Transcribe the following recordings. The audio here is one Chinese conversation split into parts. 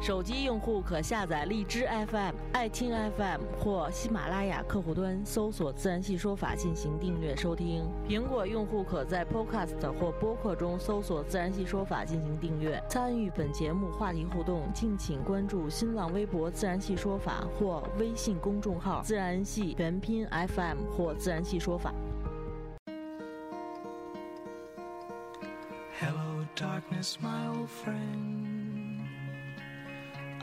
手机用户可下载荔枝 FM、爱听 FM 或喜马拉雅客户端搜索“自然系说法”进行订阅收听。苹果用户可在 Podcast 或播客中搜索“自然系说法”进行订阅。参与本节目话题互动，敬请关注新浪微博“自然系说法”或微信公众号“自然系全拼 FM” 或“自然系说法”。 Hello, darkness, my old friend.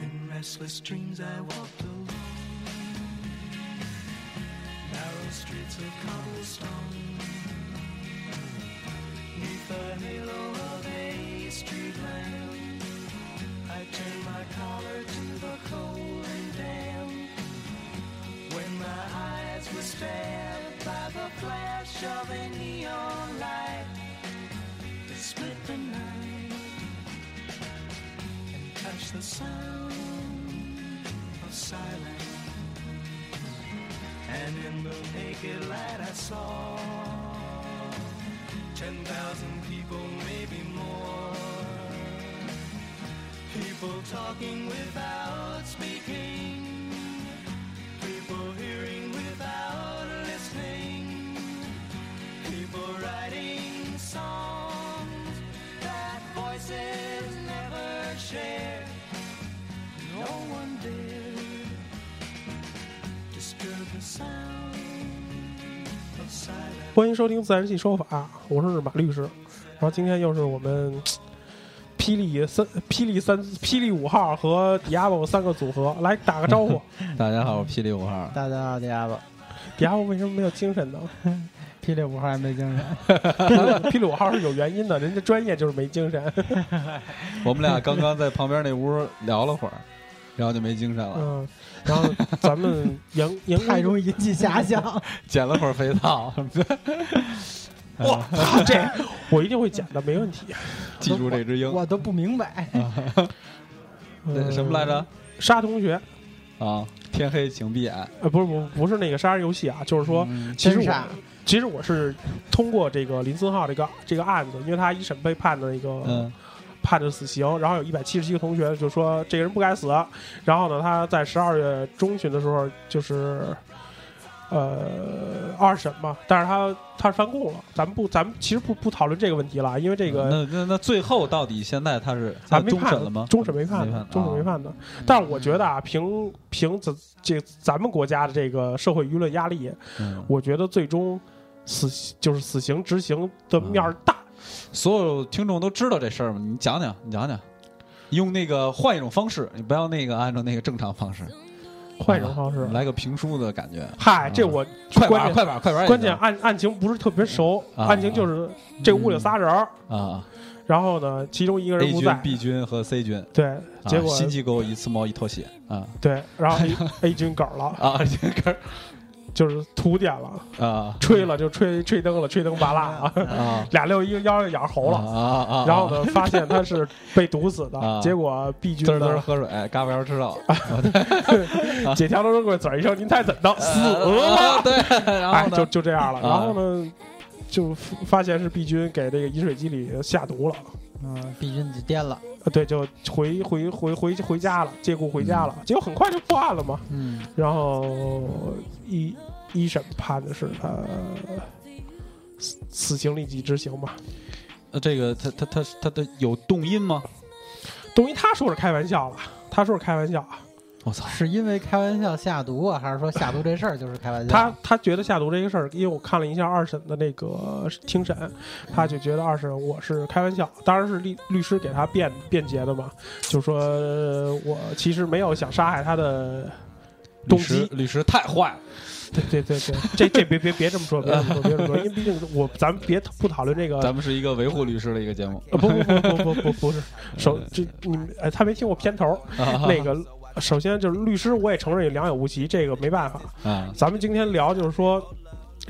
In restless dreams, I walked alone, narrow streets of cobblestone, neath the halo of a street lamp. I turned my collar to the cold and damp. When my eyes were stabbed by the flash of a neon light that split the night and touched the sound of silence. And in the naked light I saw 10,000 people, maybe more. People talking without speaking. People hearing without listening. People writing songs that voices never share. No one dare disturb the sound of silence. 欢迎收听《自然系说法》，我是马律师。然后今天又是我们嘖霹雳三、霹雳三、霹雳五号和迪亚波三个组合来打个招 呼。大家好，我霹雳五号。大家好，大家好。迪亚波为什么没有精神呢？霹雳五号还没精神，霹雳五号是有原因的，人家专业就是没精神。 我们俩刚刚在旁边那屋聊了会儿，然后就没精神了，嗯，然后咱们 言言 太归容易引起遐想。捡了会儿肥 皂，哇，操啊这我一定会剪的，没问 题。记住这只鹰，我都不明白，那嗯什么来着？沙同学，啊，天黑请闭眼。呃，不是不不是那个杀人游戏啊，就是说，嗯其实真我傻其实我是通过这个林森浩这个这个案子，因为他一审被判的那个、嗯判的死刑，然后有一百七十七个同学就说这个人不该死，然后呢，他在十二月中旬的时候就是，呃，二审嘛，但是他他翻供了，咱们不，咱们其实不不讨论这个问题了，因为这个那那那最后到底现在他是咱他没嗯终判审了吗？终审没判没判啊的，终审没判的。但是我觉得啊，凭凭咱这咱们国家的这个社会舆论压力，嗯我觉得最终死就是死刑执行的面儿大。所有听众都知道这事儿吗？你讲讲，你讲讲。用那个换一种方式，你不要那个按照那个正常方式，嗯啊换一种方式，来个评书的感觉。嗨，这我快关板，键快板，快板也行！关键案案情不是特别熟，啊案情就是这屋里有仨人儿，啊然后呢，其中一个人，A 不军在、， B 军和 C 军，对，啊结果、心机狗一次猫一头血啊对，然 后 A, A 军梗了，啊！这个就是图点了， 啊吹了就吹吹灯了，吹灯拔蜡啊，啊俩六一个腰眼儿猴了。啊啊！然后呢，发现他是被毒死的，啊结果 B 军滋儿滋儿呢，喝水，嘎巴腰吃肉，啊解条龙棍嘴儿一声，您猜怎么 着？死啊了。对，然哎，后就呢？就这样了。啊然后呢，就发现是 B 军给这个饮水机里下毒了。嗯，碧君就颠了，呃，对，就回回回回回家了，借故回家了，结果很快就破案了嘛。嗯，然后一一审判的是他死死刑立即执行嘛，呃这个他他他他的有动因吗？东一他说是开玩笑吧，他说是开玩笑啊，我操！是因为开玩笑下毒啊，还是说下毒这事儿就是开玩笑？他他觉得下毒这个事儿，因为我看了一下二审的那个听审，他就觉得二审我是开玩笑，当然是律律师给他辩辩解的嘛，就说呃我其实没有想杀害他的。律动师机律师太坏了，对对对对，这这别别别这么说，别这么说，别这么说，因为毕竟我咱们别不讨论这个咱们是一个维护律师的一个节目。呃不不不不不不不是，首这你们呃，他没听过片头儿， 啊那个首先就是律师，我也承认有良莠不齐，这个没办法。啊，咱们今天聊就是说，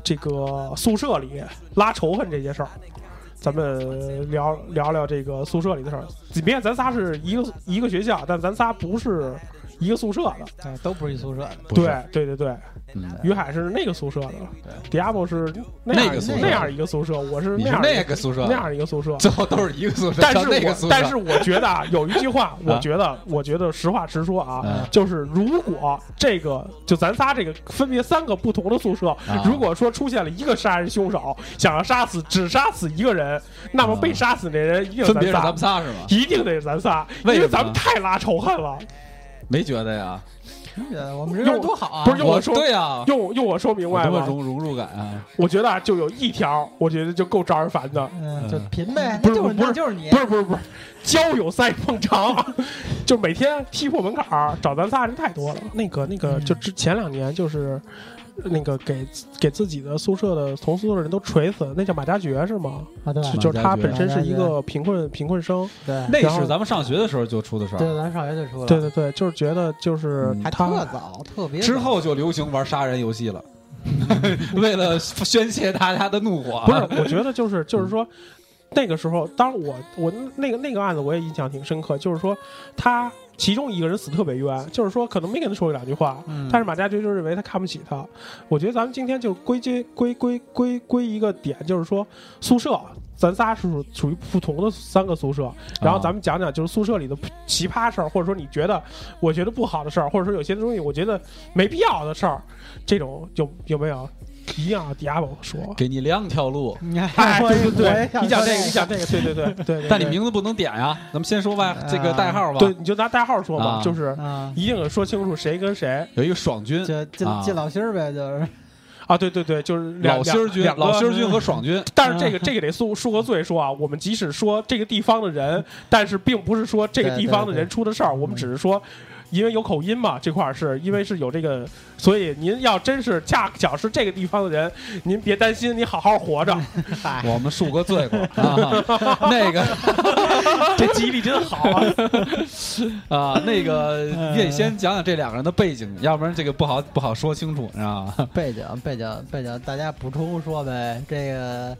这个宿舍里拉仇恨这件事儿，咱们聊聊聊这个宿舍里的事儿。即便咱仨是一个一个学校，但咱仨不是一个宿舍的。哎都不是一宿舍的，不是对，对对对，嗯于海是那个宿舍的，Diablo 是那那样个宿舍那样一个宿舍，我是你那是样那一个宿舍那，样一个宿舍。最后都是一个宿舍， 但上是那个我宿舍，但是我觉 得啊，有一句话，我啊觉得我觉得实话实说啊嗯，就是如果这个就咱仨这个分别三个不同的宿舍，啊如果说出现了一个杀人凶手，想要杀死只杀死一个人，那么啊被杀死那人一定是分别是咱咱们仨。仨是吗？一定得是咱仨，因为什么为呢咱们太拉仇恨了。没觉得呀？真觉得我们人缘多好啊！不是用我说对呀，用用我说明我白多么吗？融融入感啊！我觉得啊，就有一条，我觉得就够招人烦的。嗯，就贫呗，不是那就是不是那就是你不，是不是不是，交友赛碰长， 就每天踢破门槛儿，找咱仨人太多了。那个那个，就之前两年就是。那个给给自己的宿舍的同宿舍的人都锤死，那叫马加爵是吗？啊对就就是他本身是一马加个贫困贫困生，对那然后是咱们上学的时候就出的事儿，对，咱上学就说了，对对对，就是觉得就是嗯还特他，早，特别早之后就流行玩杀人游戏 了，为了宣泄大家的怒火。不是，我觉得就是就是说，那个时候，当然我我那个那个案子我也印象挺深刻，就是说他其中一个人死特别冤，就是说可能没跟他说过两句话，嗯，但是马加爵就认为他看不起他。我觉得咱们今天就归结归归归归一个点，就是说宿舍，咱仨是属属于不同的三个宿舍，然后咱们讲讲就是宿舍里的奇葩事儿，或者说你觉得我觉得不好的事儿，或者说有些东西我觉得没必要的事儿，这种有有没有？一定要迪亚宝说。给你两条路，你看，哎，对对我也对，想你讲这个，说你讲这个，对对对对对。但你对名字不能点呀。咱们先说外啊这个代号吧。对，，你就拿代号说嘛啊，就是啊，一定得说清楚谁跟谁有一个爽君，就啊就借老心儿呗，就是啊！对对对，就是两老心儿君、两两老个嗯心儿君和爽君。但是这个这个得诉恕个罪说啊，我们即使说这个地方的人，但是并不是说这个地方的人出的事儿，我们只是说。因为有口音嘛，这块儿是因为是有这个，所以您要真是恰巧是这个地方的人，您别担心，你好好活着。 嗨，嗯我们恕个罪过啊，那个这记忆力真好 啊！啊，那个你得先讲讲这两个人的背景，要不然这个不好不好说清楚，你知道 吗？背景背景背景，大家补充说呗，这个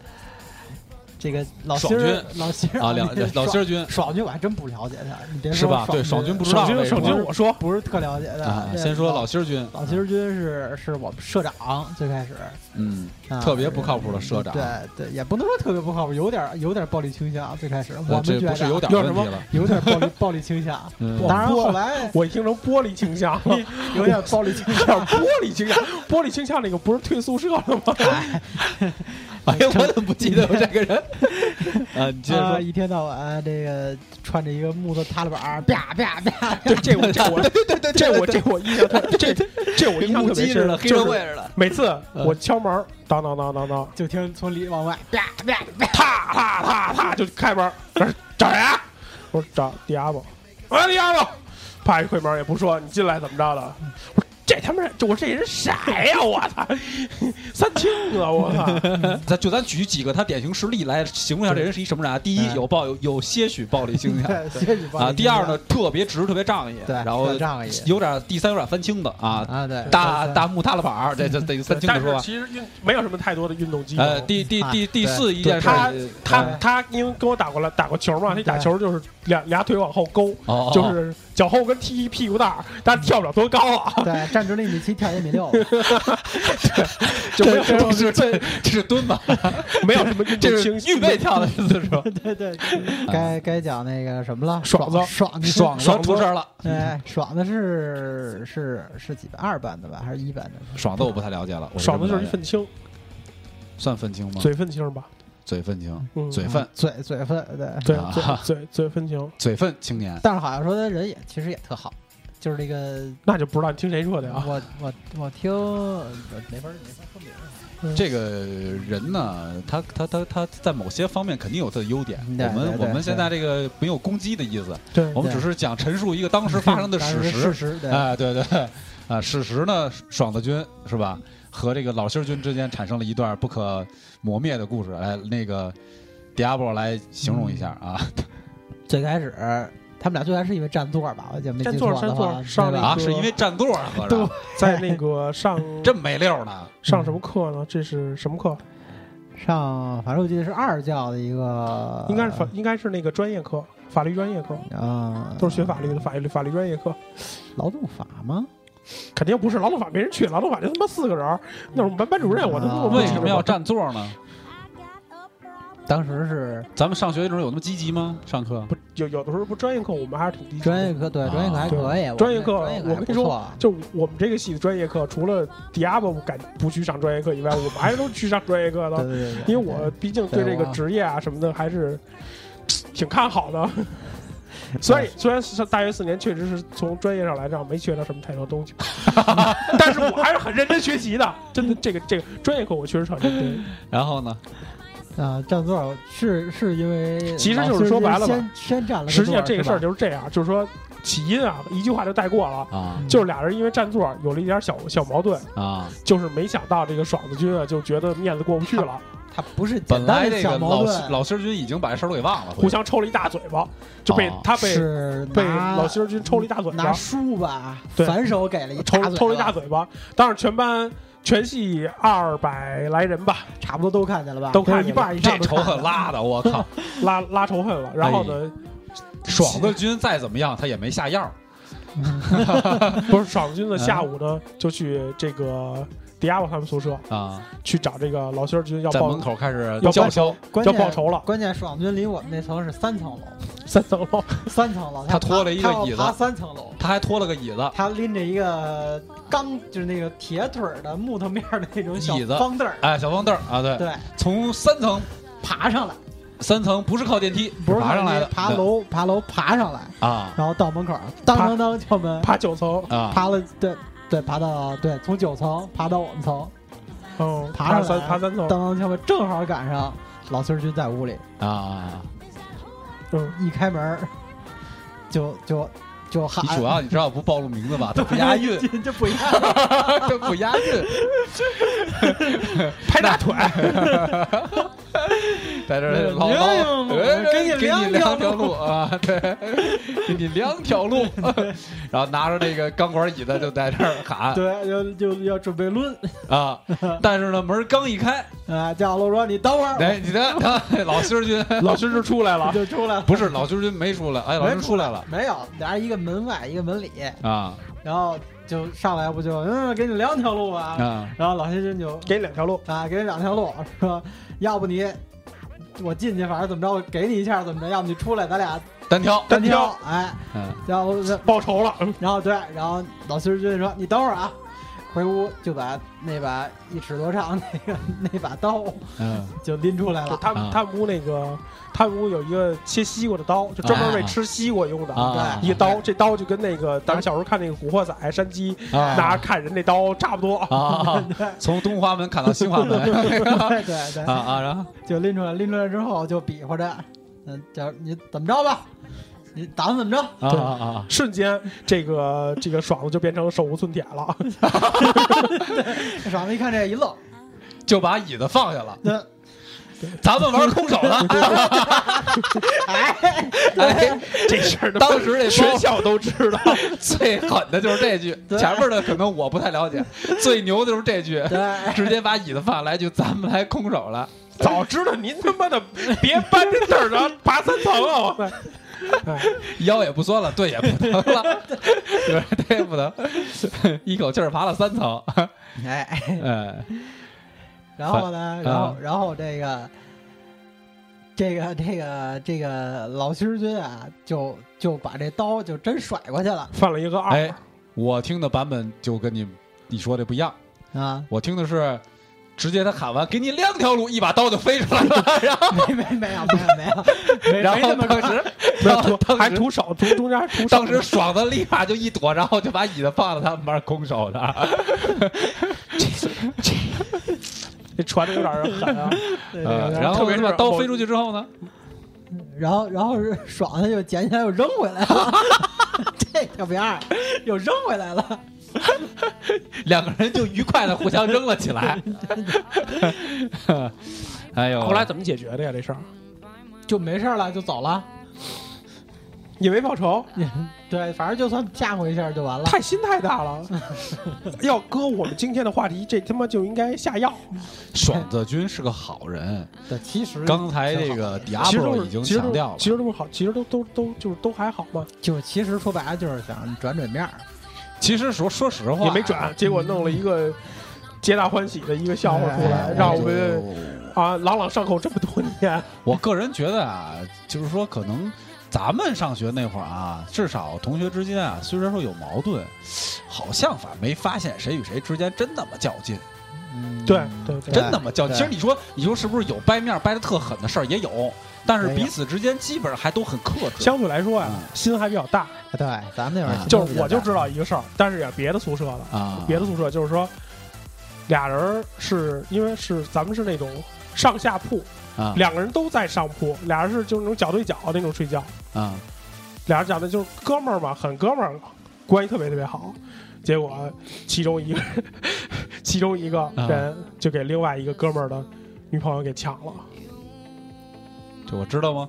这个老心儿爽老心儿啊，两老心儿君爽君我还真不了解他，你别是说吧？对，爽爽君不知首道先，为什首么先我说，不是特了解啊他，，先说老心儿君，老心儿君是是我们社长最开始，嗯，啊特别不靠谱的社长，呃对对，也不能说特别不靠谱，有点有点暴力倾向。最开始我们呃这觉不是得啊有有点问什题么了。有点暴力暴力倾向， 嗯当然后来我一听成玻璃倾向了，有点暴力倾向。 玻璃倾向，玻璃倾向那个不是退宿舍了吗？哎呀，我怎么不记得有这个人？啊，你接着啊，说。一天到晚这个穿着一个木头踏拉板儿，啪啪啪，对，这我这 我对对对 这我这我印象特这这我印象特别深，黑就社是会似的。每次我敲门，当当当当当，就听从里往外啪啪啪。啪啪啪啪就开门，找谁啊？我说找迪亚布，我说迪亚布，啪一推门也不说你进来怎么着的，我说这他妈人我这人谁呀？我操，三清啊！我操，咱就咱举几 个他典型实例来形容一下这人是一什么人啊？第一，嗯有暴有有些许暴力倾向对，谢谢暴力啊。第二呢倾，特别直，特别仗义。对然后特仗义有点第三有点翻青的啊向，啊，对，大对大木踏了板儿，这这这三清但的说是吧。其实运没有什么太多的运动基础。呃，第第第哎第对四一件事他儿，他呃他因为跟我打过来打过球嘛，他打球就是俩俩腿往后勾，哦就是脚后跟踢一屁股蛋儿，但是跳不了多高 啊， 对，站直了一米七，跳一米六，就 没有什这么是这这是蹲吧，没有什么运动这倾是预备跳的意思是吧？对对，该该讲那个什么了，爽子爽啊爽爽出事儿了，哎，爽的是是是几班？二班的吧，还是一班的？爽的我不太了解了，我爽的不就了是一解愤青，算愤青吗？嘴愤青吧，嘴愤青，嗯嘴愤，啊嘴嘴分对对，啊嘴嘴嘴分情，嘴愤青年。但是好像说他人也其实也特好，就是那个那就不知道你听谁说的 啊。我我我听我没法没法说明白，这个人呢，他他他他在某些方面肯定有他的优点。对我们对对我们现在这个没有攻击的意思，对我们只是讲陈述一个 当时发生的但是是史事。实实嗯对，哎，对对，啊，史实呢，爽子君是吧？和这个老星君之间产生了一段不可磨灭的故事。来，那个 Diablo 来形容一下啊最开始他们俩最开始是因为占座吧，我记得没占记座错的占座话，上对了吧啊，对是因为占座啊，合对着在那个上 这么没溜呢。上什么课呢？这是什么课？上，反正我记得是二教的一个，应该啊是法，应该是那个专业课，法律专业课，啊，都是学法律的法律法律专业课，劳动法吗？肯定不是劳动法，没人去劳动法，就他妈四个人儿，那是我们班班主任，我他妈我不啊为记什得么要我占座呢？当时是咱们上学的时候有那么积极吗？上课不有有的时候不专业课，我们还是挺低级的专业课，对啊专业课还对可以，我们专业课专业我课还跟不你说啊错，就我们这个系的专业课，除了 Diablo 敢不去上专业课以外，我们还都去上专业课对的，对对，对因为我毕竟对这个职业啊什么的还是挺看好 的。虽哎然虽然上大学四年确实是从专业上来讲没学到什么太多东 西，但是我还是很认真学习的。真的，这个这个专业课我确实很认真。然后呢？啊，占座是是因为其实就是说白了吧先先占了个实座，际上这个事儿是吧就是这样，就是说起因啊，一句话就带过了。啊就是俩人因为占座有了一点小小矛盾，啊！就是没想到这个爽子君啊就觉得面子过不去 了，它不是简本来单这的个小矛老盾，老星君已经把这事儿都给忘了，互相抽了一大嘴巴，就被哦他被是被拿老星君抽了一大嘴拿巴，书吧，对反手给了一抽大嘴抽了一巴大嘴巴。当时全班全系二百来人吧，差不多都看见了吧？都看见了一半以上这都仇看见了。恨拉的，我靠！拉拉仇恨了。然后呢，爽子君再怎么样，他也没下药。哎不是爽子君呢，下午呢嗯就去这个迪亚布他们宿舍啊，去找这个老星君要在报门口开始要叫报嚣，关要键报仇了，关键爽君离我们那层是三层楼，三层楼。三层楼，他他拖了一个他要椅子爬三层楼，他还拖了个椅子，他拎着一个钢，就是那个铁腿儿的木头面儿的那种小椅子方凳儿，哎，小方凳儿啊，对，对，从三层爬上来，三层不是靠电梯，不是爬上来的，爬对楼爬楼爬上来，啊然后到门口儿，当当当敲门，爬九层，啊，爬了，对对，爬到对，从九层爬到我们层，嗯，爬上爬三来爬三层当，当敲门，正好赶上老孙君在屋里，啊！嗯，一开门儿就就就喊你，主啊要你知道不暴露名字吧？他不押韵， 这这不一样。他不押韵， 拍大腿。在这儿唠哎叨，哎给你给两你条两条路啊，对，给你两条路，然后拿着这个钢管椅子就在这儿喊对，要就要准备抡啊，但是呢门刚一开，啊！叫老说你等会儿，哎，你的老星君老师就出来我 了，就出来了。不是老星君没出来，哎，老星出来了没有，俩人一个门外，一个门里，啊然后就上来不就嗯，给你两条路啊。啊然后老先生就给你两条路，啊，给你两条路，说要不你我进去，反正怎么着，我给你一下怎么着，要不你出来，咱俩单挑，单挑，哎，嗯然后报仇了。嗯然后对，然后老先生说你等会儿啊。回屋就把那把一尺多长那个那把刀嗯就拎出来就了，他们啊他们屋那个，他们屋有一个切西瓜的刀，就专门为吃西瓜用的。啊一刀，这刀就跟那个咱们小时候看那个《古惑仔》山鸡啊拿着砍人那刀差不多。啊，从东华门砍到西华门 对对对 啊，啊，然后就拎出来，拎出来之后就比划着，嗯，叫你怎么着吧，你打算怎么着？啊啊啊。瞬间，这个这个爽子就变成手无寸铁 了。爽子一看这一愣， 嗯就把椅子放下了。那咱们玩空 手呢，哎这事儿他妈当时这全包校都知道。 最狠的就是这句，对前面的可能我不太了解，最牛的就是这句，对，直接把椅子放下来，就咱们来空手了。 早知道您他妈的别搬这凳儿上爬三层啊！我操！哎腰也不酸了，对也不疼了，对对不疼，一口气儿爬了三层，哎， 哎，然后呢，然后然后这个，这个这个这个老星君啊，就就把这刀就真甩过去了犯了一个二，哎哎，我听的版本就跟你你说的不一样， 啊，我听的是直接他喊完，给你两条路，一把刀就飞出来了， 然后没没没有没有哎没有，没然后没那么当可时，没然有后涂当还时涂手，涂中间还涂手。当时爽的立马就一躲，然后就把椅子放到他们班儿空手的。这传的有点儿狠 啊，对呃对对然后特别他是把刀我飞出去之后呢，然后然后是爽的就捡起来又扔回来了， 这小不样儿又扔回来了，两个人就愉快的互相扔了起 来。哎呦，后来怎么解决的呀？这事儿就没事儿了就走了。也没报仇，对，反正就算吓唬一下就完了。太心太大 了。要搁我们今天的话题，这他妈就应该下药。爽子君是个好人，对，其实刚才这个迪亚其实波都罗是已经其实强调都了是，其实都不好，其实都都都就是都还好嘛，就是其实说白了就是想转转面儿，其实说说实话嗯也没转，结果弄了一个皆大欢喜的一个笑话出来，哎让我就们啊朗朗上口这么多年。 我个人觉得啊，就是说可能咱们上学那会儿啊，至少同学之间啊，虽然说有矛盾，好像反没发现谁与谁之间真那么较劲，嗯对对对，真那么较劲。其实你说，你说是不是有掰面掰的特狠的事儿也有，但是没有彼此之间基本上还都很克制。相对来说呀啊嗯，心还比较大。对，咱们那会啊儿就是我就知道一个事儿，但是也别的宿舍的，啊，别的宿舍就是说，俩人儿是因为是咱们是那种上下铺，啊两个人都在上铺，俩人是就是那种脚对脚那种睡觉，啊俩人讲的就是哥们儿嘛，很哥们儿了，关系特别特别好。结果其中一个其中一个人就给另外一个哥们儿的女朋友给抢了，这我知道吗？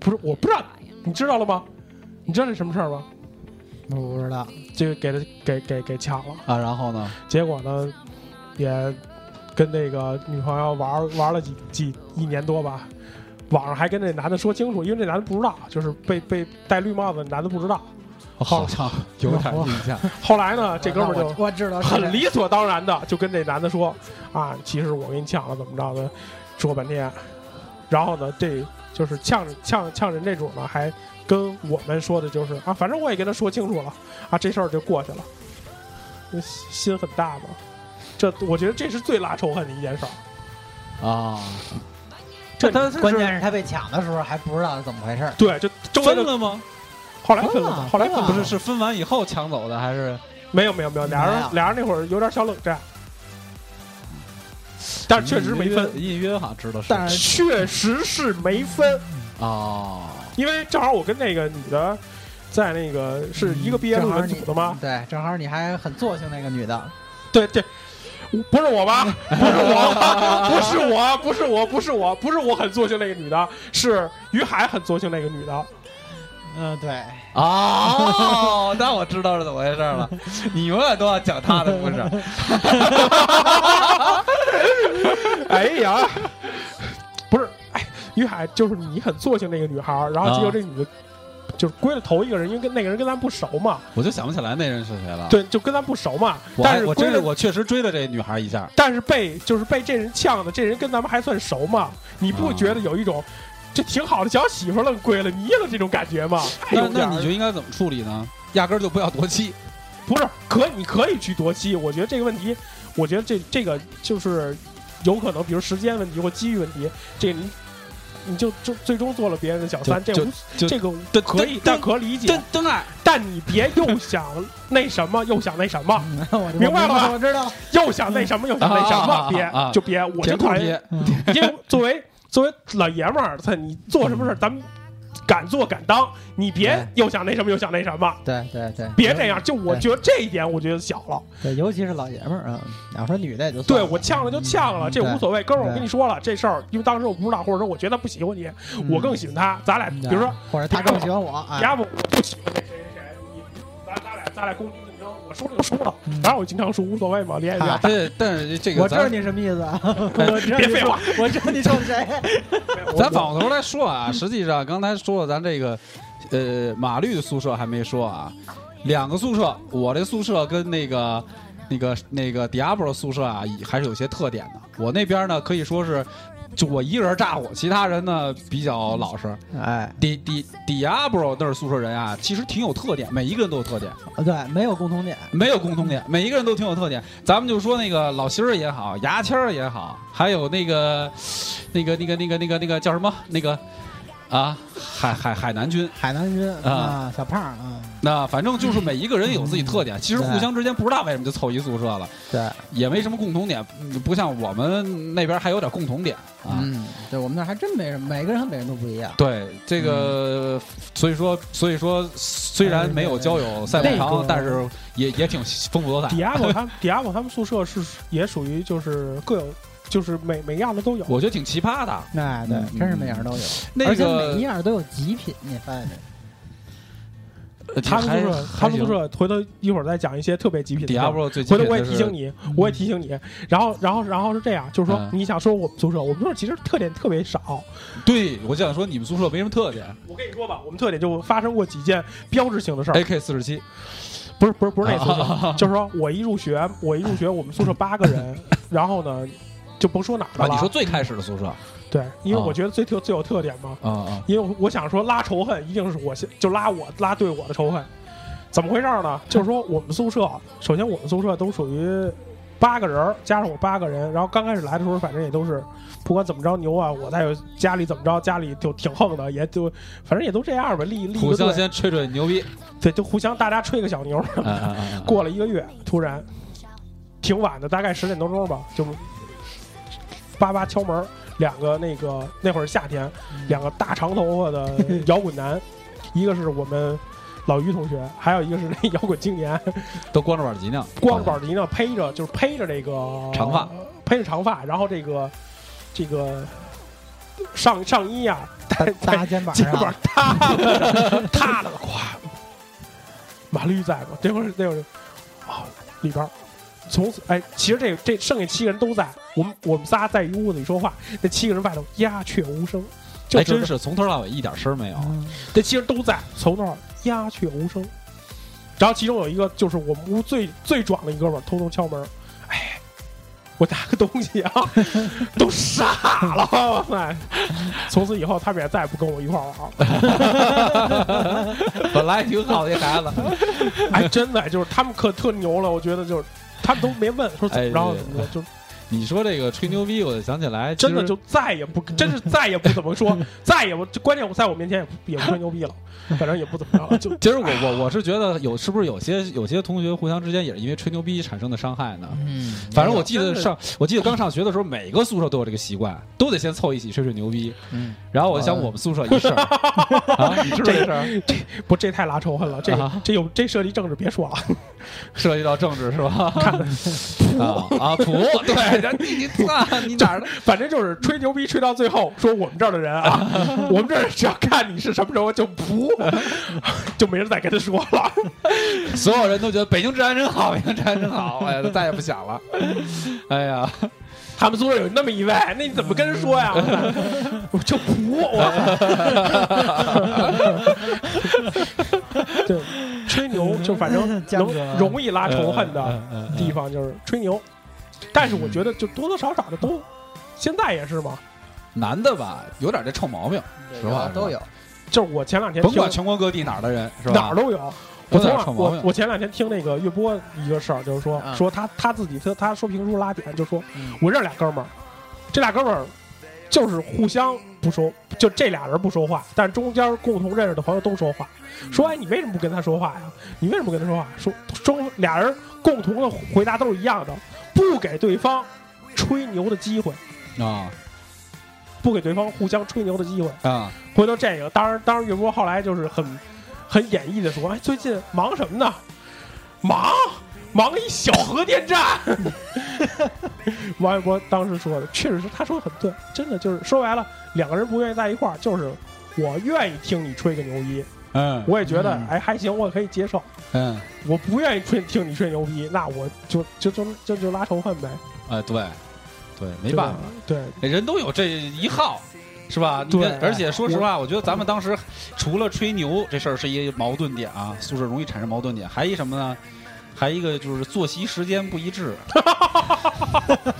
不是我不知道，你知道了吗？你知道这什么事儿吗？我不知道，这个给他给给给抢了，啊，然后呢？结果呢，也跟那个女朋友玩儿玩了几几一年多吧，网上还跟这男的说清楚，因为这男的不知道，就是被被戴绿帽子的男的不知道。哦好 像有点印象。后来呢，这哥们儿那就我我知道是很理所当然的就跟这男的说啊，其实我给你抢了，怎么着的，说半天，然后呢，这就是呛呛呛人这主呢，还跟我们说的就是啊，反正我也跟他说清楚了啊，这事儿就过去了，那心心很大嘛。这我觉得这是最拉仇恨的一件事儿，啊，这他关键是他被抢的时候还不知道怎么回事儿，对，就周围分的了吗？后来分了分嘛，了后来分分了了不是，是分完以后抢走的，还是没有没有没有，俩没有人俩人那会儿有点小冷战，但是确实没分，隐约好像知道是但是确实是没分。啊，因为正好我跟那个女的在那个是一个嗯毕业论文组的吗？对，正好你还很作性那个女的，嗯对对，我不是我吧？不是我吧，嗯不是我， 不是我，不是我，不是我很作性那个女的，是于海很作性那个女的。嗯，对， 哦，那我知道是怎么回事了。你永远都要讲他的故事，哎呀， 不是，哎，于海就是你很作性那个女孩儿，然后结果这女的。就是归了头一个人，因为跟那个人跟咱不熟嘛， 我就想不起来那人是谁了。，对，就跟咱不熟嘛。啊我还但是我归真了是我确实追了这女孩一下，但是被就是被这人呛的，这人跟咱们还算熟嘛？你不觉得有一种、这挺好的小媳妇儿愣归了你也有这种感觉吗？哎那有那点儿你就应该怎么处理呢？压根儿就不要夺妻。不是可以你可以去夺妻，我觉得这个问题，我觉得这这个就是有可能，比如时间问题或机遇问题，这你你就就最终做了别人的小三，这就无就这个就可以，但可理解真，真爱但你别又想那什么，又想那什么，我明白了吧我知道了，又想那什么，又想那什啊啊啊么，别啊就别，我就填空讨厌题，嗯因为作为作为老爷们儿，他你做什么事儿，咱们敢做敢当，你别嗯哎又想那什么又想那什么，对对对，别这样。就我哎觉得这一点，我觉得小了。对，尤其是老爷们儿啊，你要说女的也就算对了我呛了就呛了，嗯这无所谓。哥们儿，我对跟你说了这事儿，因为当时我不知道，或者说我觉得他不喜欢你，我更喜欢他。咱俩嗯比如说，或者他更喜欢我啊，要不我不喜欢那谁谁谁，你咱咱俩咱俩公平竞争，我输了就输了，嗯反正我经常输，无所谓嘛，脸也比较大。这但是这个我知道咱你什么意思啊，我知道别你废话，我知道你冲谁， 咱反过头来说啊，实际上刚才说了咱这个，呃，马律的宿舍还没说啊，两个宿舍，我这宿舍跟那个。那个那个 Diablo 宿舍啊，还是有些特点的。我那边呢，可以说是就我一个人炸火，其他人呢比较老实。哎，迪迪迪亚布罗那儿宿舍人啊，其实挺有特点，每一个人都有特点，对，没有共同点，没有共同点，每一个人都挺有特点。咱们就说那个老心儿也好，牙签儿也好，还有那个那个那个那个那个那个叫什么那个啊海海海南军。海南军啊啊，小胖啊，那反正就是每一个人有自己特点，其实互相之间不知道为什么就凑一宿舍了，对，也没什么共同点，嗯不像我们那边还有点共同点啊。嗯，对我们那儿还真没什么，每个人和每个人都不一样。对这个，所以说，所以说，虽然没有交友赛马那场个，但是也也挺丰富多彩迪。亚莫他们，迪亚莫他们宿舍是也属于就是各有，就是每每样的都有。我觉得挺奇葩的。哎，对嗯，真是每样都有，那而且每一个样都有极品，你发现没？呃他们宿舍，他们宿说舍，回头一会儿再讲一些特别极品的迪事儿。亚波最回近头我也就是提醒你，我也提醒你。然后，然后，然后是这样，就是说嗯你想说我们宿舍，我们宿舍其实特点特别少。对我就想说你们宿舍没什么特点。我跟你说吧，我们特点就发生过几件标志性的事儿， AK 四十七，不是不是不是那宿舍，哎啊就是说我一入学，我一入学，我们宿舍八个 人，然后呢，就甭说哪儿啊，了你啦，说最开始的宿舍啊对，因为啊我觉得最特最有特点嘛，啊因为我想说拉仇恨一定是我先就拉我拉对我的仇恨，怎么回事儿呢？就是说我们宿舍，首先我们宿舍都属于八个人儿，加上我八个人，然后刚开始来的时候，反正也都是不管怎么着牛啊，我在家里怎么着，家里就挺横的，也就反正也都这样吧，立立一互个相队，先吹吹牛逼。对，就互相大家吹个小牛。啊啊啊 啊过了一个月，突然挺晚的，大概十点多钟吧，就叭叭敲门儿，两个那个那会儿夏天，嗯两个大长头发 的摇滚男，一个是我们老于同学，还有一个是那摇滚青年， 都光着膀儿急呢，光着膀子呢，披着就是披着这个长发，披着长发，然后这个这个上上衣 啊，搭在搭肩 膀肩膀上，塌了，塌了，咵！马绿在吗？这会儿那会儿，啊，里边儿，从此哎，其实这这剩下七个人都在，我们我们仨在一屋子里说话，那七个人外头鸦雀无声，就还哎真是嗯是从头到尾一点声儿没有。这七人都在，从那儿鸦雀无声。然后其中有一个就是我们屋最最壮的一哥们儿，偷偷敲门儿，哎，我拿个东西啊，都傻了，哇塞！从此以后他们也再也不跟我一块儿玩儿了。本来挺好的一孩子， 哎，真的就是他们可特牛了，我觉得就是他们都没问说怎哎么着怎么着，就你说这个吹牛逼，我就想起来，真的其实就再也不，真是再也不怎么说，再也不，就关键我在我面前也不也不吹牛 逼了，反正也不怎么着了，就其实我我我是觉得有是不是有些有些同学互相之间也是因为吹牛逼产生的伤害呢？嗯，反正我记真得的上我记得刚上学的时候，每个宿舍都有这个习惯，都得先凑一起吹吹牛逼。嗯，然后我就想嗯我们宿舍一事儿啊，你知道这事儿不这太拉仇恨了，这个啊这有这涉及政治别说了，涉及到政治是吧？ 啊啊，普对，然后你你啊 你哪儿的？反正就是吹牛逼吹到最后，说我们这儿的人 啊，我们这儿只要看你是什么时候就不， 就没人再跟他说了。所有人都觉得北京治安真好， 北京治安真好，哎呀，再也不想了。哎呀，他们宿舍有那么一位，那你怎么跟人说呀？我就不我， 对，吹牛就反 正江哥能容易拉仇恨的嗯嗯嗯嗯地方就是吹牛，但是我觉得就多多少少的都，现在也是嘛，男的吧，有点这臭毛病，实话都有，就是我前两天甭听管全国各地哪儿的人是吧？哪儿都有。我前点两臭毛我病我前两天听那个岳波一个事儿，就是说嗯说他他自己他他说评书拉点，就说嗯我认识俩哥们儿，这俩哥们儿就是互相不说，就这俩人不说话，但是中间共同认识的朋友都说话，说哎你为什么不跟他说话呀？你为什么不跟他说话？说中俩人共同的回答都是一样的，不给对方吹牛的机会，啊不给对方互相吹牛的机会。啊，回头这个，当然，当然，岳波后来就是很很演绎的说，哎，最近忙什么呢？忙忙一小核电站。王一博当时说的，确实是，他说的很对，真的就是说白了，两个人不愿意在一块儿，就是我愿意听你吹个牛逼，嗯我也觉得、嗯哎还行，我可以接受。嗯我不愿意吹听你吹牛逼，那我就就就就就拉仇恨呗，啊，对对，没对吧办法，，对，人都有这一号，是吧？你对看而且说实话，我觉得咱们当时除了吹牛这事儿是一矛盾点啊，宿舍容易产生矛盾点，还一什么呢？还一个就是作息时间不一致。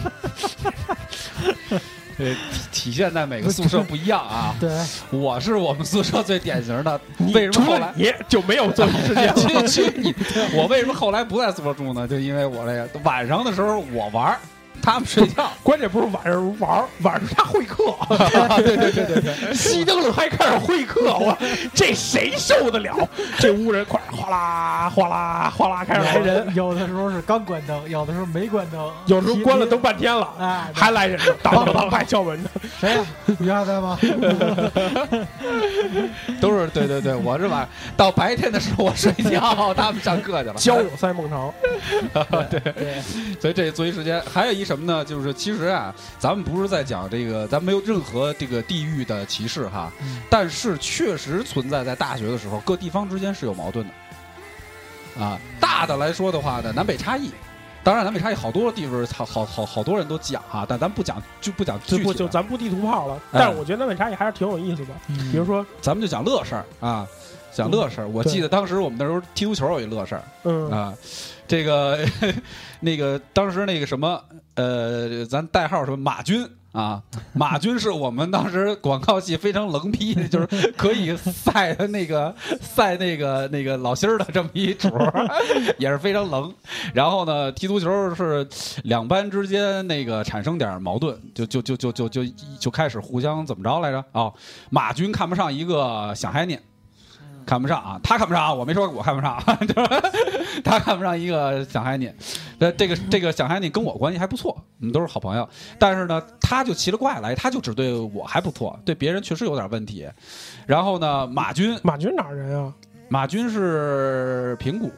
呃，体体现在每个宿舍不一样啊。对，我是我们宿舍最典型的。你为什么除了后来？你就没有这么一事件？去 去你！我为什么后来不在宿舍住呢？就因为我这个晚上的时候我玩儿，他们睡觉。关键不是晚上玩儿，晚上他会客， 对对对对对，熄灯了还开始会客，我这谁受得了？这屋人快哗啦哗啦哗啦开始来有的人，有的时候是刚关灯，有的时候没关灯，有时候关了灯吧。半天了，哎，还来人呢，当当当还敲门呢。谁啊呀？于二在 吗？都是对对对，我是晚上到白天的时候我睡觉，他们上课去了。 交友赛孟 尝，对，所以这作息时间还有一什么呢？就是其实啊，咱们不是在讲这个，咱没有任何这个地域的歧视哈，嗯但是确实存在在大学的时候，各地方之间是有矛盾的。啊，大的来说的话呢，南北差异，当然南北差异好多地方，好好好好多人都讲哈，但咱不讲就不讲具这体不的，就咱不地图炮了？哎但是我觉得南北差异还是挺有意思的。比如说，嗯咱们就讲乐事儿啊。讲乐事儿，我对记得当时我们那时候踢足球有一乐事儿嗯，啊，这个 那个当时那个什么呃，咱代号什么马军啊，马军是我们当时广告系非常冷僻， 就是可以赛的那个赛那个那个老心儿的这么一主儿， 也是非常冷。然后呢，踢足球是两班之间那个产生点矛盾，就就就就就就就开始互相怎么着来着？哦，马军看不上一个想嗨念。看不上啊，他看不上啊，我没说我看不上啊，就是 他看不上一个想嗨念，那呃这个这个想嗨念跟我关系还不错，我们都是好朋友。但是呢，他就奇了怪来，他就只对我还不错，对别人确实有点问题。然后呢，马军马军哪儿人啊？马军是平谷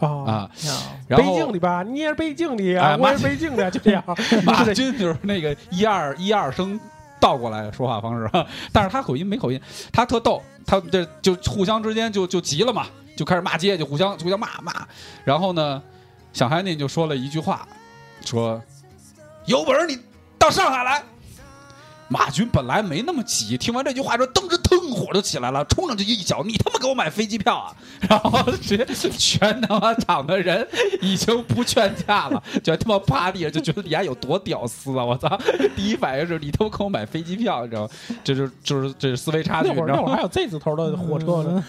啊，啊，啊然北后京的吧？你也是北京的哎啊，我马也是北京的，就 这样。马军就是那个一二一二声倒过来说话方式，啊但是他口音没口音，他特逗，他这就互相之间就就急了嘛，就开始骂街，就互相互相骂骂。然后呢，小韩那就说了一句话，说有本事你到上海来。马军本来没那么急，听完这句话之后，噔着腾火就起来了，冲上去一脚，你他妈给我买飞机票啊！然后直接全他妈场的人已经不劝架了，全他妈趴地上就觉得你还有多屌丝啊！我操，第一反应是你他妈给我买飞机票，你知道吗？这就就是这是思维差距，那你会儿知那道会儿吗还？有 Z 字头的火车呢，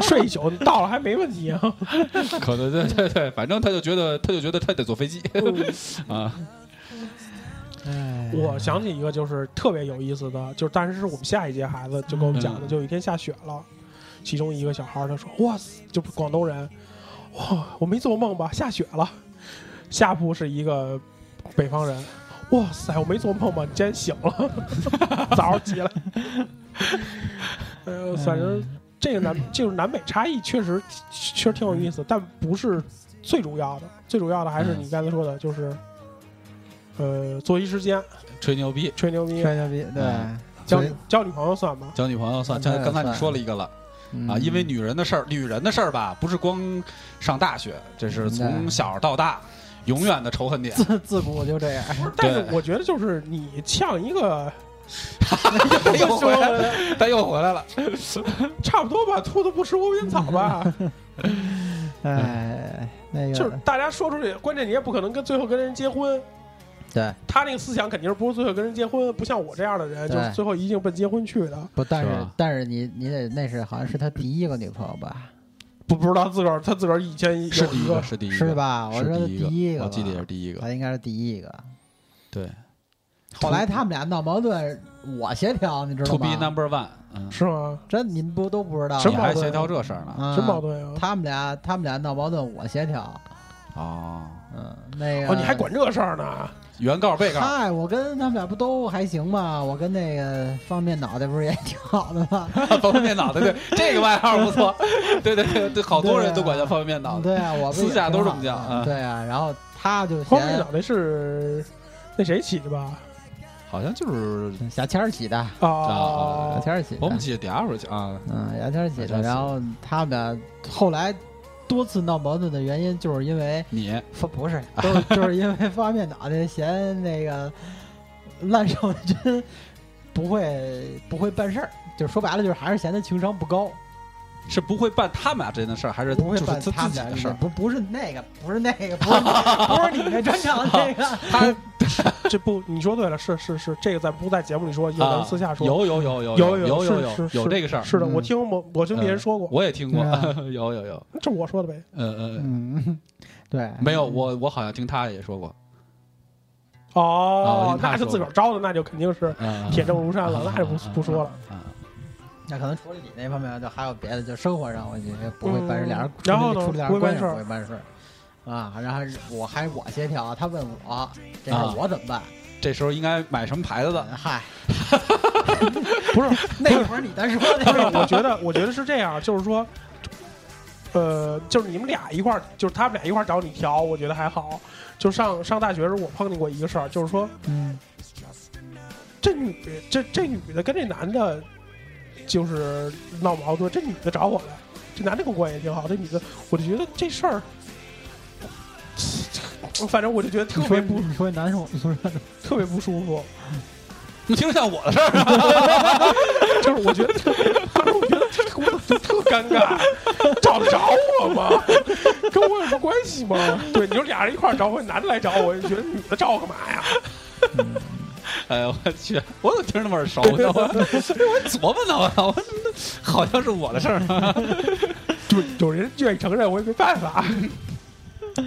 睡一宿到了还没问题啊。可能对对对，反正他就觉得他就觉得他得坐飞机哎啊，嗯我想起一个就是特别有意思的，就是但是是我们下一届孩子就跟我们讲的，就有一天下雪了，其中一个小孩儿他说：“哇塞，就广东人，哇，我没做梦吧？下雪了。”下铺是一个北方人，哇塞，我没做梦吧？你竟然醒了， 早上起来。呃，反正这个南就是南北差异确实确实挺有意思，但不是最主要的，最主要的还是你刚才说的，就是呃作息时间。吹牛逼，吹牛逼，吹牛逼，对，交所以交女朋友算吗？交女朋友嗯算，刚才刚才你说了一个了。啊，因为嗯女人的事儿，女人的事儿吧，不是光上大学，这是从小到大永远的仇恨 点。自自古就这样，但是我觉得就是你呛一个，他又回来了，他又 回来了。差不多吧，兔子不吃窝边草吧，嗯哎，那个就是大家说出去，关键你也不可能跟最后跟人结婚。对，他那个思想肯定是不是最后跟人结婚，不像我这样的人，对就是最后一定奔结婚去的。不，但是是吧但是你你得那是好像是他第一个女朋友吧，不不知道自个儿他自个儿以前是有第一个个，，是第一个，是？吧？哎我说他第一个，个，我记得也是，第一个。他应该是第一个。对后来他们俩闹矛盾，我协调，你知道，To be 吗？ number one，嗯，是吗？这你们不都不知道吗？什你么还协调这事儿呢？啊什么矛盾啊？他们俩他们俩闹矛盾，我协调。哦，嗯，那个哦，你还管这事儿呢？原告被告， 嗨，我跟他们俩不都还行吗？我跟那个方便脑袋不是也挺好的吗？方便面 脑袋，对这个外号不错。 对对对对，好多人都管叫方便面脑袋。对啊，我们私下也挺都这么好的叫啊对啊，然后他就方便嫌脑袋是那谁起的吧？好像就是小谦儿起的，啊小，谦儿起我们的，记得第二回去啊，嗯，小谦儿起小谦儿的。起然后他们俩后来多次闹矛盾的原因，就是因为你不不是，都是就是因为方便脑袋嫌那个烂少君不会不会办事儿，就说白了就是还是嫌他情商不高。是不会办他们俩之间的事儿，还是不会就是他办自他们己俩的事儿？不不是那个，不是那个，不是不是你的专长 这个。他 这不，你说对了，是是是，这个咱不在节目里说，有咱啊们私下说。有有有有有有有有有是是有这个事儿，是的，嗯我听我我听别人说过，我也听过，嗯 有有有，这我说的呗。呃呃，嗯，对，没有，我我好像听他也说过，啊我哦啊听，他那是说自个儿招的，那就肯定是 啊铁证如山了，啊那就不不说了。啊，那可能除了你那方面，就还有别的，就生活上我觉得不会办事，嗯俩人然后呢处理俩不会办人关系事儿不会办事儿啊。然后我还我协调，他问我这事儿啊我怎么办？这时候应该买什么牌子的？ 嗨，不是， 那会儿你在说不是，那我个，觉得我觉得是这样，就是说，呃，就是你们俩一块儿，就是他们俩一块儿找你调，我觉得还好。就上上大学时候，我碰见过一个事儿，就是说嗯这女这这女的跟这男的就是闹矛盾，这女的找我来，这男的跟我关系也挺好，这女的我就觉得这事儿。反正我就觉得特你别说不你说难受，你说特别不舒服，你听像我的事儿啊，就是我觉得特别，当时我觉得这个我就特尴尬，找得着我吗？ 跟我有什么关系吗？对，你说俩人一块儿找我，男的来找我，你觉得女的找我干嘛呀？哎呦我去，我怎么听着那么耳熟 呢？我我琢磨呢，我操，我好像是我的事儿啊。就有人愿意承认，我也没办法，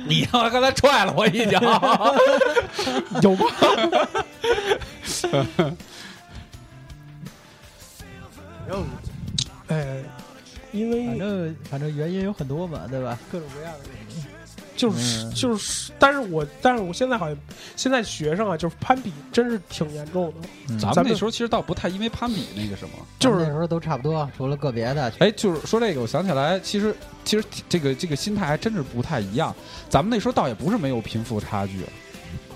你他妈刚才踹了我一脚，嗯有吗？哎，因反为正反正原因有很多嘛，对吧？各种各样的原因。就是嗯就是，但是我但是我现在好像现在学生啊，就是攀比真是挺严重的，咱咱们们那时候其实倒不太因为攀比那个什么。就那是时候都差不多，除了个别的，哎，就是说这个，我想起来，其实其实这个这个心态还真是不太一样。咱们那时候倒也不是没有贫富差距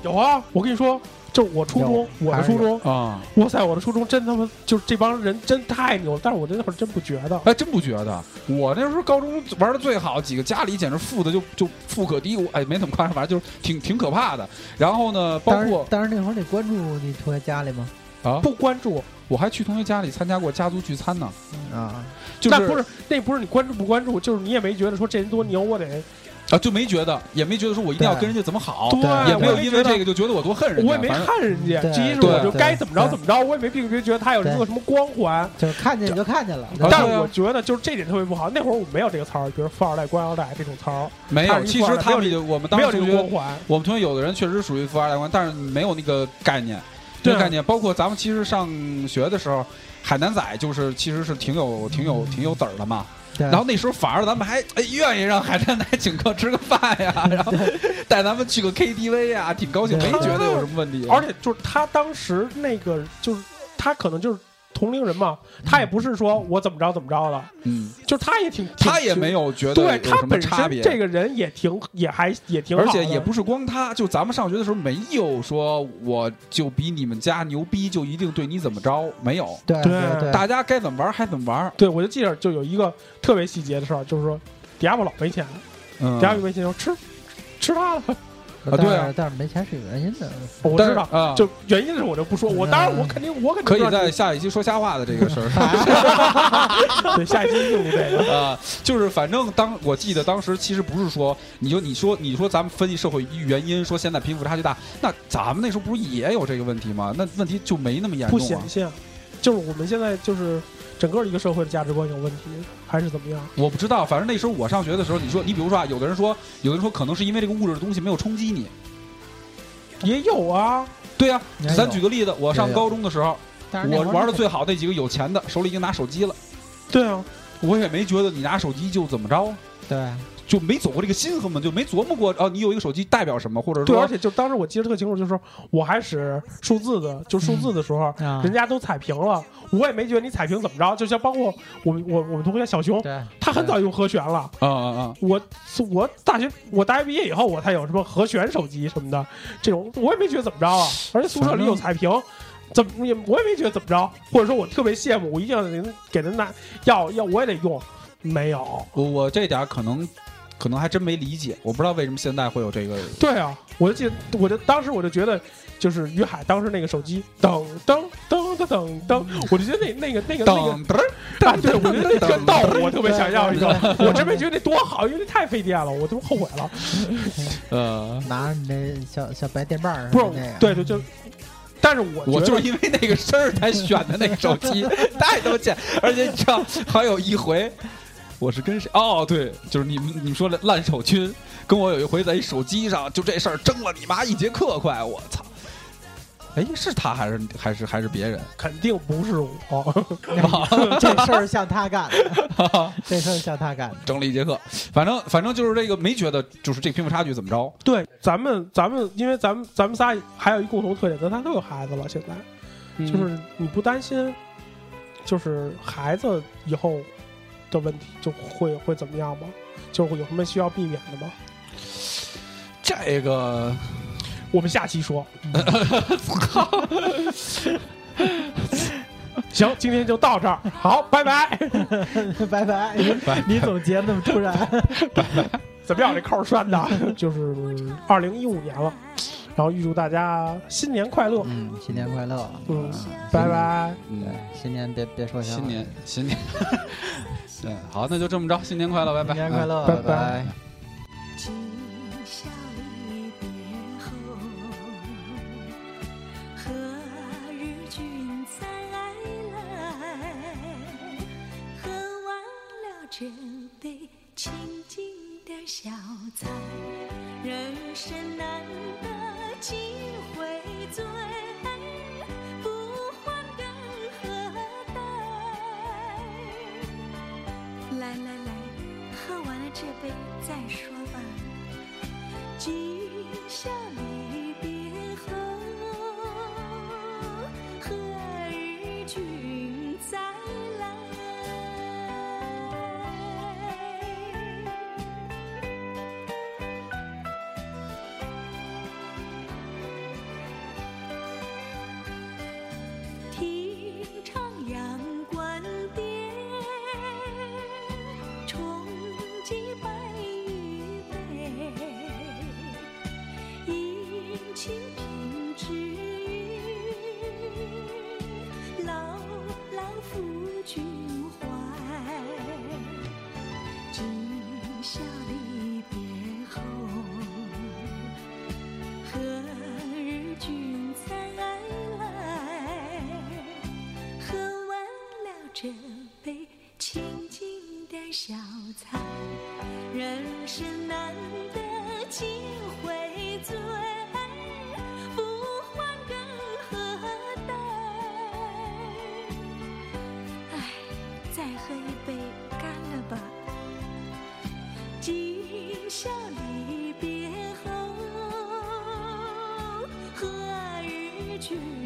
有啊，我跟你说。就是我初中，有我的还是初有中，啊，哇塞，我的初中真他妈就是这帮人真太牛了，但是我那会儿真不觉得。哎，真不觉得。我那时候高中玩的最好，几个家里简直富的就就富可敌国，哎，没怎么夸张，反正就是挺挺可怕的。然后呢，包但是括但是那会儿你关注你同学家里吗？啊，不关注，我还去同学家里参加过家族聚餐呢，啊，就那不是那不是你关注不关注，就是你也没觉得说这人多牛，我得啊，就没觉得，也没觉得说我一定要跟人家怎么好，对哦也没有因为个，这个就觉得我多恨人家，我也没反正看人家，嗯对第一是对我就对该怎么着对怎么着，我也没并没觉得他有一个对什么光环。就是看见你就看见了，对吧但对是啊我觉觉得就是这点特别不好。那会儿我没有这个词儿，比如富二代、官二代这种词儿，没有。看其实他们就我们当没时有这同个学光，环。我们同学有的人确实属于富二代官，但是没有那个概念，没对啊有概念。包括咱们其实上学的时候，海南仔就是其实是挺有挺有挺有底儿的嘛。对然后那时候反而咱们还哎愿意让海南仔请客吃个饭呀，然后带咱们去个 KTV 呀，挺高兴，没对觉得有什么问题。啊而且就是他当时那个，就是他可能就是同龄人嘛，他也不是说我怎么着怎么着的，嗯，就是他也挺他挺也没有觉得对有他什么本差身别。这个人也挺也还也挺好而的，且也不是光他，就咱们上学的时候没有说我就比你们家牛逼，就一定对你怎么着，没有。对对啊对，大家该怎么玩还怎么玩，对，我就记着就有一个特别细节的事儿，就是说迪亚布老没钱，嗯迪亚布没钱说吃吃他的，啊对啊但是但是没钱是有原因的，我但是知道，啊，就原因是我就不说，我当然我肯定我肯定可知以道在下一期说瞎话的这个事 儿对下一期就录 这个，啊，就是反正当我记得当时其实不是说，你就你说你说咱们分析社会原因，说现在贫富差距大，那咱们那时候不是也有这个问题吗？那问题就没那么严不重显啊。现，就是我们现在就是整个一个社会的价值观有问题，还是怎么样？我不知道，反正那时候我上学的时候，你说你比如说啊，有的人说，有的人说可能是因为这个物质的东西没有冲击你，也有啊，对呀、也有咱举个例子，我上也有高中的时候，但是那我会儿玩的那最好那几个有钱的手里已经拿手机了，对啊，我也没觉得你拿手机就怎么着，啊对啊就没走过这个心，根本就没琢磨过哦，你有一个手机代表什么，或者对，而说且就当时我记得特清楚，就是我还使数字的，就数字的时候，嗯啊人家都彩屏了，我也没觉得你彩屏怎么着，就像包括我们我我们同学小熊，对，他很早用和弦了。啊啊啊，我我大学我大学毕业以后，我才有什么和弦手机什么的这种，我也没觉得怎么着啊。而且宿舍里有彩屏，怎么也我也没觉得怎么着，或者说我特别羡慕，我一定要给人给人拿要要我也得用，没有。我我这点儿可能可能还真没理解，我不知道为什么现在会有这个对啊，我就记得，我就当时我就觉得就是于海当时那个手机噔噔噔噔噔噔，我就觉得那那个那个那个噔噔儿啊，对，我觉得那天到我特别想要一个对， 我真没觉得那多好，因为那太费电了，我都后悔了。呃，拿着你那小小白电棒儿不似是的那个，，对对就，但是我我觉就得是因为那个声儿才选的那个手机， 太他妈贱！而且你知道，还有一回，我是跟谁？哦，对，就是你们你们说的烂手军，跟我有一回在一手机上，就这事儿争了你妈一节课，快！我操！哎，是他还是还是还是别人？肯定不是我， 这事儿像他干的，这事儿像他干的。争了一节课，反正反正就是这个没觉得，就是这个贫富差距怎么着？对，咱们咱们，因为咱们咱们仨还有一共同特点，咱仨都有孩子了，现在就是你不担心，就是孩子以后的问题就会会怎么样吗？就是有什么需要避免的吗？这个我们下期说。 行，今天就到这儿，好，拜拜。 拜拜，你你总结得那么突然，怎么样？这扣儿拴的， 就是二零一五年了，然后预祝大家新年快乐，嗯，新年快乐，嗯，拜，拜。嗯对，，新年别别说新年新年，对， 好，那就这么着，新年快乐，拜拜，新年快乐，拜拜拜拜。今宵一别后，何啊日君再来？喝完了这杯清静的小菜，人生难得几回醉，不欢更何待？来来来，喝完了这杯再说吧。今宵离别后，何日君再来？听唱阳关店，重寄白玉杯，饮清平之语，牢牢抚君怀。今宵离别后，何日君再来？喝完了这杯清静的小菜，人生难得几回醉，不欢更何待？唉，再喝一杯，干了吧。今宵离别后，何日君